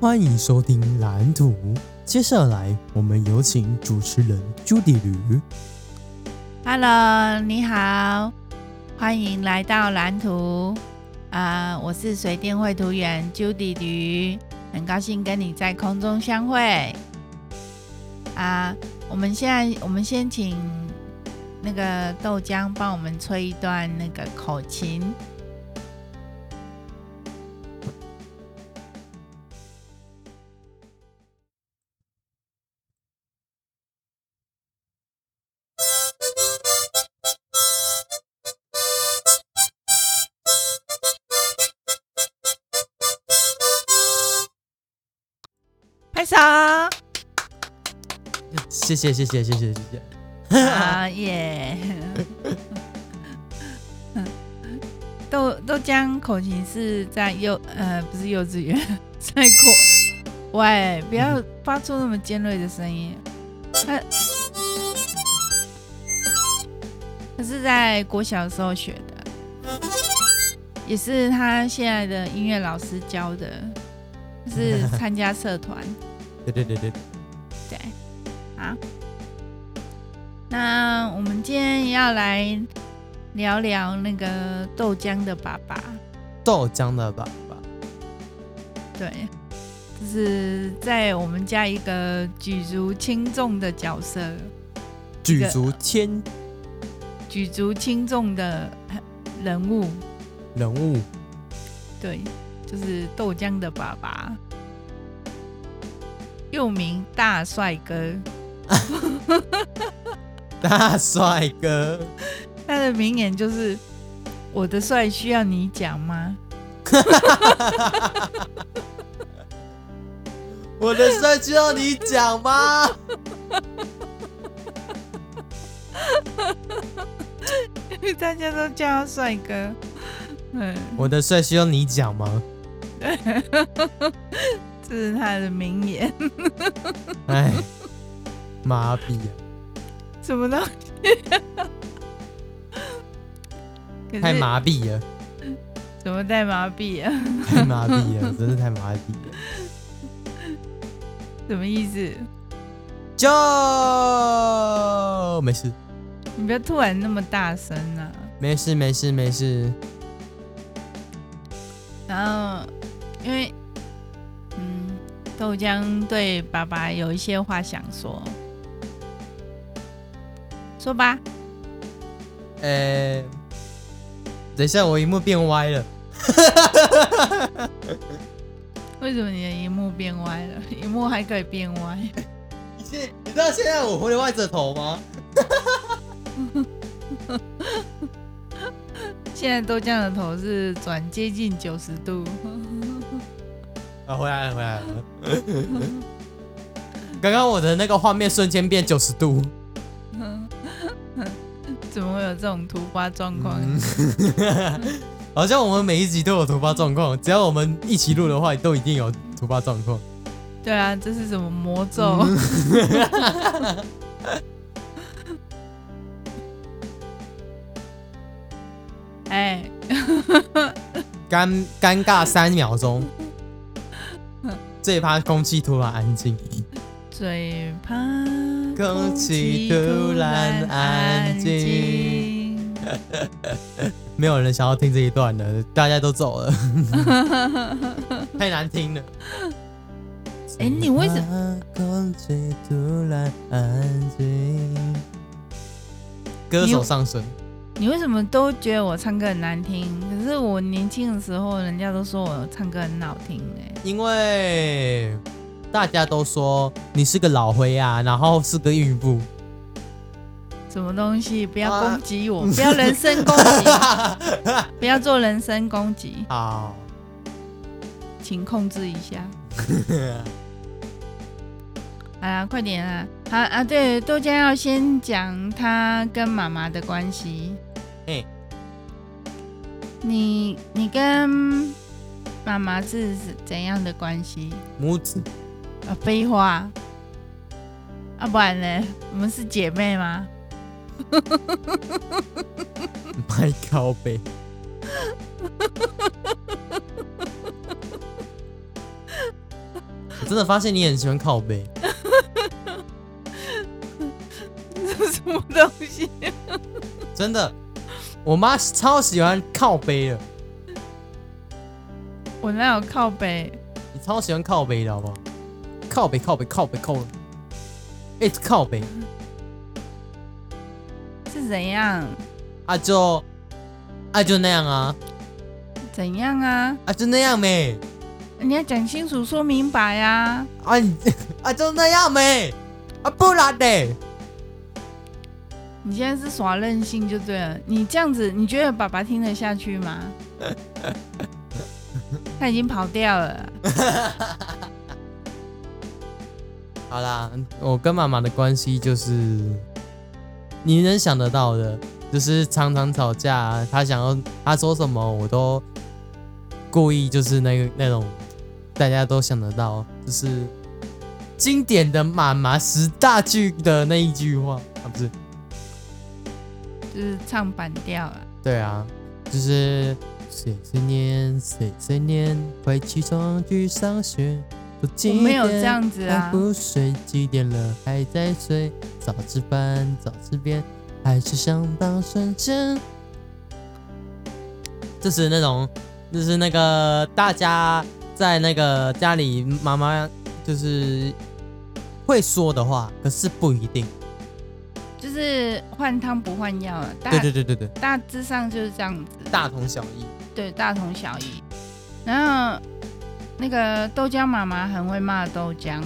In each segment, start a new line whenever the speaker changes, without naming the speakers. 欢迎收听蓝图。接下来，我们有请主持人 Judy 驴。
Hello，你好，欢迎来到蓝图。啊、我是水电绘图员 Judy 驴，很高兴跟你在空中相会。啊、我们现在我们先请那个豆浆帮我们吹一段那个口琴。拍手！
谢谢，谢谢，谢谢，谢谢。
啊耶！ 豆豆浆口琴是在幼呃不是幼稚园，在国喂，不要发出那么尖锐的声音。他他是在国小的时候学的，也是他现在的音乐老师教的，是参加社团。
对对对对，
对，好，那我们今天要来聊聊那个豆浆的爸爸。
豆浆的爸爸，
对，就是在我们家一个举足轻重的角色，
举足千
举足轻重的人物。
人物。
对，就是豆浆的爸爸，又名大帅哥。
大帅哥，
他的名言就是：“我的帅需要你讲吗？”
我的帅需要你讲吗？
大家都叫他帅哥。嗯，
我的帅需要你讲吗？
这是他的名言。
哎，麻痹啊，
什么东西？ 可是
太麻痹了，
怎么太麻痹啊？
太麻痹了，真是太麻痹了。
什么意思？
就没事，
你不要突然那么大声啊！
没事，没事，没事。
然后，因为，嗯，豆浆对爸爸有一些话想说，说吧。
呃、等一下，我荧幕变歪了。
为什么你的荧幕变歪了？ 荧幕还可以变歪？
你现你知道现在我会歪着头吗？
现在豆浆的头是转接近九十度。
啊，回来了，回 来了。刚刚我的那个画面瞬间变九十度。
怎么会有这种突发状况？
好像我们每一集都有突发状况，只要我们一起录的话，都一定有突发状况。
对啊，这是什么魔咒？ 哎、
尴尴尬三秒钟，这一趴空气突然安静。
最怕
空气突然安静。没有人想要听这一段了，大家都走 了，太难听了。
哎你为什
么？空气突然安静。歌手上身，
你为什么都觉得我唱歌很难听？可是我年轻的时候，人家都说我唱歌很好听哎、
因为大家都说你是个老灰啊，然后是个孕妇。
什么东西？不要
啊
攻击我，不要人身攻击， 不要做人身攻击，
好，
请控制一下。好啦，快点啊！好啊，对，豆浆要先讲他跟妈妈的关系。
哎
你你跟妈妈是怎样的关系？
母子
啊，废话，啊，不然呢？我们是姐妹吗？
麦高杯。真的发现你很喜欢靠背，
这是什么东西？
真的，我妈超喜欢靠背的，
我哪有靠北？
你超喜欢靠背的好不好？靠背靠背靠背靠背，it's 靠背
是怎样？
啊就啊就那样啊
怎样啊？
啊就那样呗
你要讲清楚、说明白啊！
啊你 啊就那样呗啊不然呢？
你现在是耍任性就对了。你这样子，你觉得爸爸听得下去 吗？他已经跑掉了。
好啦，我跟妈妈的关系就是你能想得到的，就是常常吵架。啊她想要她说什么，我都故意就是那个那种大家都想得到，就是经典的妈妈十大句的那一句话啊，不是
就是唱反调了。
对啊，就是碎碎念，碎碎念，快起床去上学。都
我
几
没有
点
这样子
还
啊，
不睡，几点了还在睡？早吃饭，早吃便，还是想当神仙？就是那种，就是那个大家在那个家里，妈妈就是会说的话，可是不一定。
就是换汤不换药了。大
对对对对对，
大致上就是这样子，
大同小异。
对大同小异。然后那个豆浆妈妈很会骂豆浆，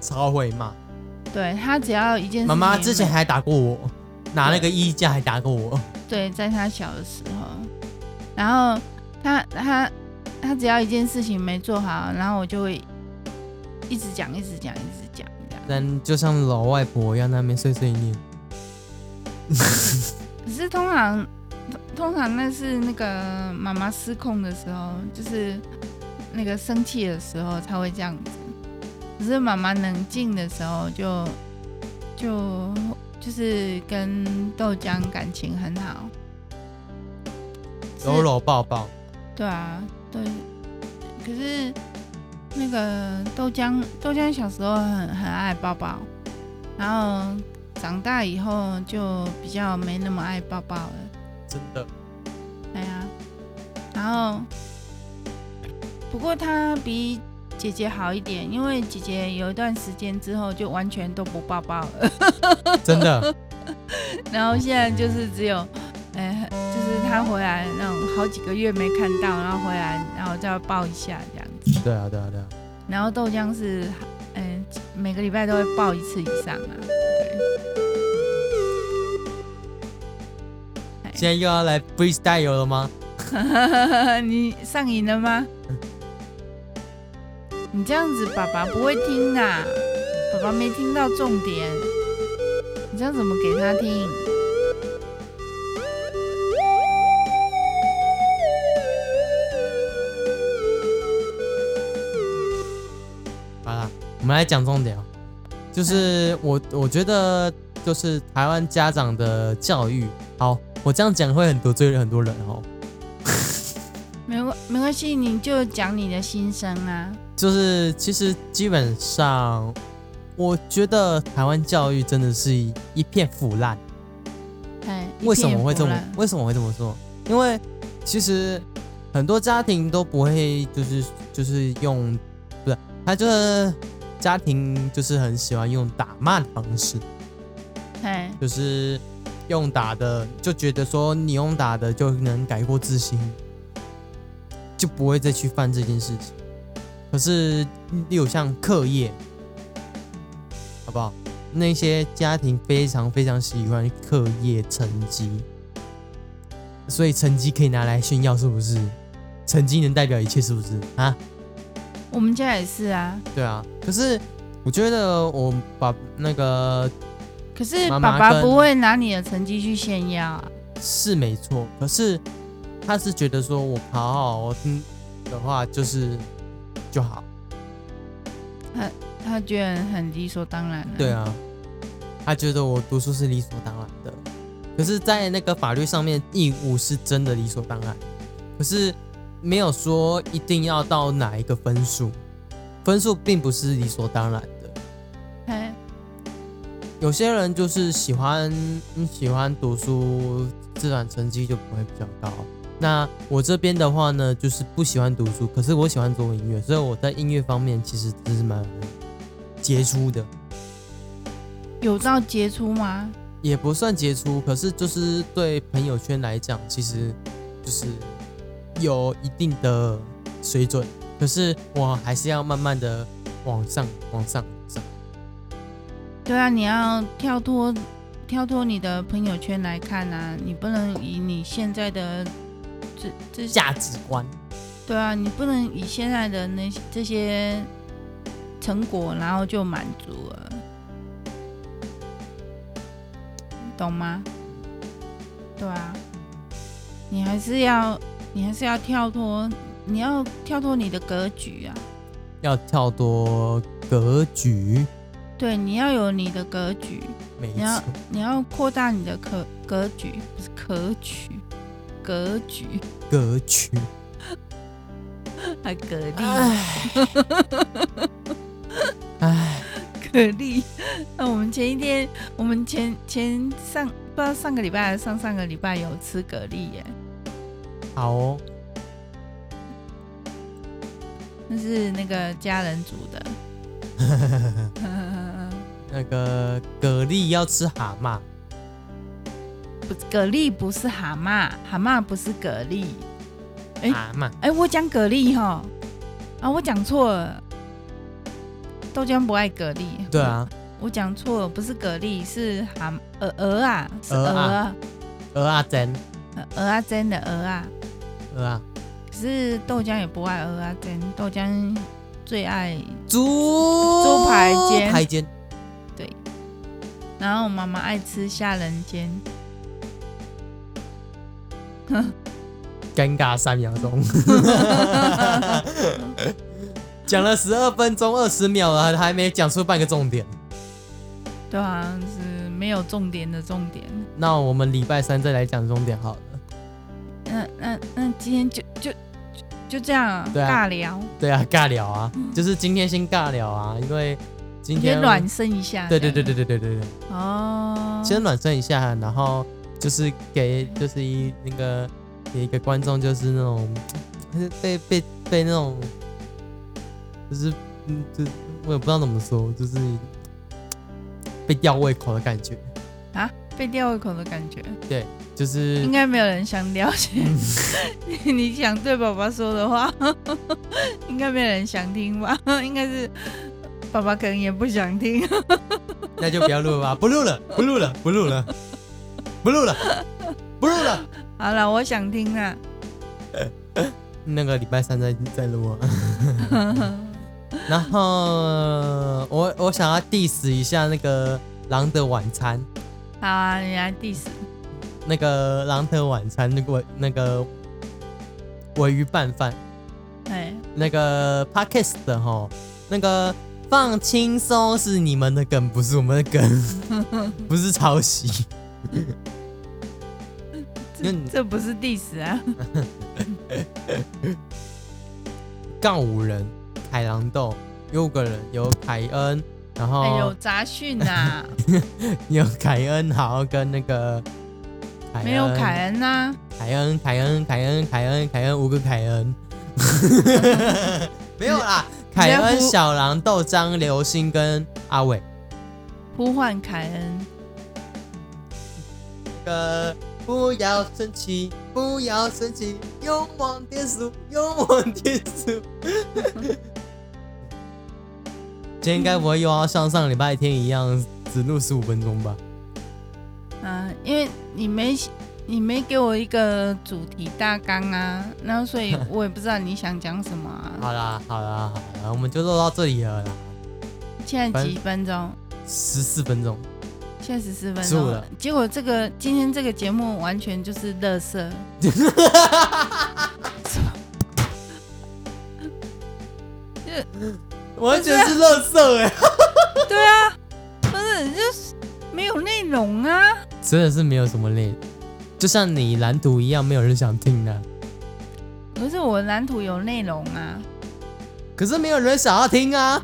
超会骂，
对她只要一件事
妈妈
情
之前还打过我，拿那个衣架还打过我。
对，在他小的时候，然后他他他只要一件事情没做好，然后我就会一直讲，一直讲，一直讲，这样。
但就像老外婆一样，那边碎碎念。
可是通常通通常那是那个妈妈失控的时候，就是那个生气的时候才会这样子。可是妈妈冷静的时候就，就就是跟豆浆感情很好，
搂搂抱抱，
对啊，对。可是那个豆浆，豆浆小时候很很爱抱抱，然后长大以后就比较没那么爱抱抱了。
真 的。
对啊，然后不过她比姐姐好一点，因为姐姐有一段时间之后就完全都不抱抱了，
真的，
然后现在就是只有，哎、就是她回来那种好几个月没看到，然后回来然后再抱一下这样子。
对啊，对啊，对啊，
然后豆浆是，嗯、每个礼拜都会爆一次以上啊。 对，
现在又要来 freestyle 了吗？
你上瘾了吗？你这样子，爸爸不会听啊，爸爸没听到重点。你这样怎么给他听？
好啦，我们来讲重点哦，就是我我觉得就是台湾家长的教育，好，我这样讲会很得罪很多人哦，
没关没关系，你就讲你的心声啊。
就是其实基本上，我觉得台湾教育真的是一一片腐烂。
哎，一
为什么
片
会
腐
这么
烂？
为什么会这么说？因为其实很多家庭都不会，就是就是用，不是他就是家庭就是很喜欢用打骂的方式，
哎，
就是用打的就觉得说你用打的就能改过自新，就不会再去犯这件事情。可是，例如像课业，好不好？那些家庭非常非常喜欢课业成绩，所以成绩可以拿来炫耀，是不是？成绩能代表一切，是不是啊？
我们家也是啊。
对啊。可是我觉得我把那个
可是
妈妈
爸爸
跟
不会拿你的成绩去炫耀啊。
是没错，可是他是觉得说我考好嗯的话就是就好，
他觉得很理所当然了。
对，啊，他觉得我读书是理所当然的，可是，在那个法律上面义务是真的理所当然，可是没有说一定要到哪一个分数，分数并不是理所当然的。
哎，
有些人就是喜欢嗯喜欢读书，自然成绩就不会比较高。那我这边的话呢，就是不喜欢读书，可是我喜欢做音乐，所以我在音乐方面其实真是蛮杰出的，
有到杰出吗？
也不算杰出，可是就是对朋友圈来讲，其实就是有一定的水准。可是我还是要慢慢的往上，往上，往上。
对啊，你要跳脱跳脱你的朋友圈来看啊，你不能以你现在的这这
价值观，
对啊，你不能以现在的那些这些成果，然后就满足了，懂吗？对啊，你还是要你还是要跳脱，你要跳脱你的格局啊。
要跳多格局，
对，你要有你的格局，
没
你要
错。
你要扩大你的格格局，不是格局，格局
歌曲。
还格力。
唉，唉，
可力。那我们前一天，我们前前上不知道上个礼拜还是上上个礼拜有吃蛤蜊耶，
好哦，
那是那个家人煮的。
那个蛤蜊要吃蛤蟆，
不，蛤蜊不是蛤蟆，蛤蟆不是蛤蜊。哎
蛤蟆
哎、我讲蛤蜊哈，啊，我讲错了。豆浆不爱蛤蜊。
对啊，
我，我讲错了，不是蛤蜊，是蛤鹅鹅啊，是鹅
鹅啊
啊，
鹅啊煎，
鹅鹅啊煎的鹅啊。
鹅啊
可是豆浆也不爱鹅啊煎，豆浆最爱
猪
猪排煎
排煎，
然后我妈妈爱吃虾仁煎，
尴尬三秒 钟，讲了十二分钟二十秒了，还没讲出半个重点。
对啊，是没有重点的重点。
那我们礼拜三再来讲重点好了。
那那那今天就就就就这样啊
对啊
尬聊，
对啊，尬聊啊，就是今天先尬聊啊，因为今
先
天
暖身一下。
对对
这
对
样
对对对对对。
哦，
先暖身一下，然后就是给就是一那个给一个观众就是那种就是被被被那种就是嗯，就我也不知道怎么说，就是被吊胃口的感觉，
被吊胃口的感觉，
就是
应该没有人想了解
嗯
你 你想对爸爸说的话， 应该没有人想听吧？ 应该是爸爸可能也不想听。
那就不要录了吧，不录了，不录了，不录了，不录了，不录了。
好了，我想听啦。
那个礼拜三再再录啊。 然后我我想要 diss 一下那个狼的晚餐。
好啊，你来 diss
那个狼特晚餐那个那个尾鱼拌饭，
哎。
那个 Parkes 的哈，那个放轻松是你们的梗，不是我们的梗， 不是抄袭。那
这
你
这不是 diss 啊，
杠五人，海狼豆，有五个人，有凯恩，然后、
哎有杂讯啊 呐、
有凯恩，然后跟那个凯恩
没有凯恩啊呐、
凯恩，凯恩，凯恩，凯恩，凯恩，五个凯恩， 没有啦，凯恩、小狼、豆浆、流星跟阿伟，
呼唤凯恩，
呃，不要生气，不要生气，勇往天书，勇往天 书。今天该不会又要像上礼拜天一样只录十五分钟吧？
嗯、因为你没你没给我一个主题大纲啊，然后所以我也不知道你想讲什么啊。
好啦，好啦，好啦，我们就录到这里了啦，
现在几分钟？
十四分钟。
现在十四分
十五
钟
了。
结果这个今天这个节目完全就是乐色，
我觉得是乐色哎，
对啊，不是就是没有内容啊。
真的是没有什么内容，就像你蓝图啊一样，没有人想听的、
可是我蓝图有内容啊，
可是没有人想要听啊。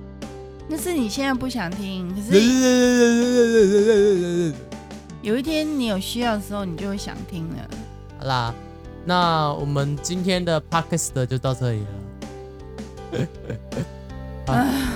那是你现在不想听，可是
好
有一天你有需要的时候，你就会想听了。
啦，那我们今天的 podcast 就到这里了。啊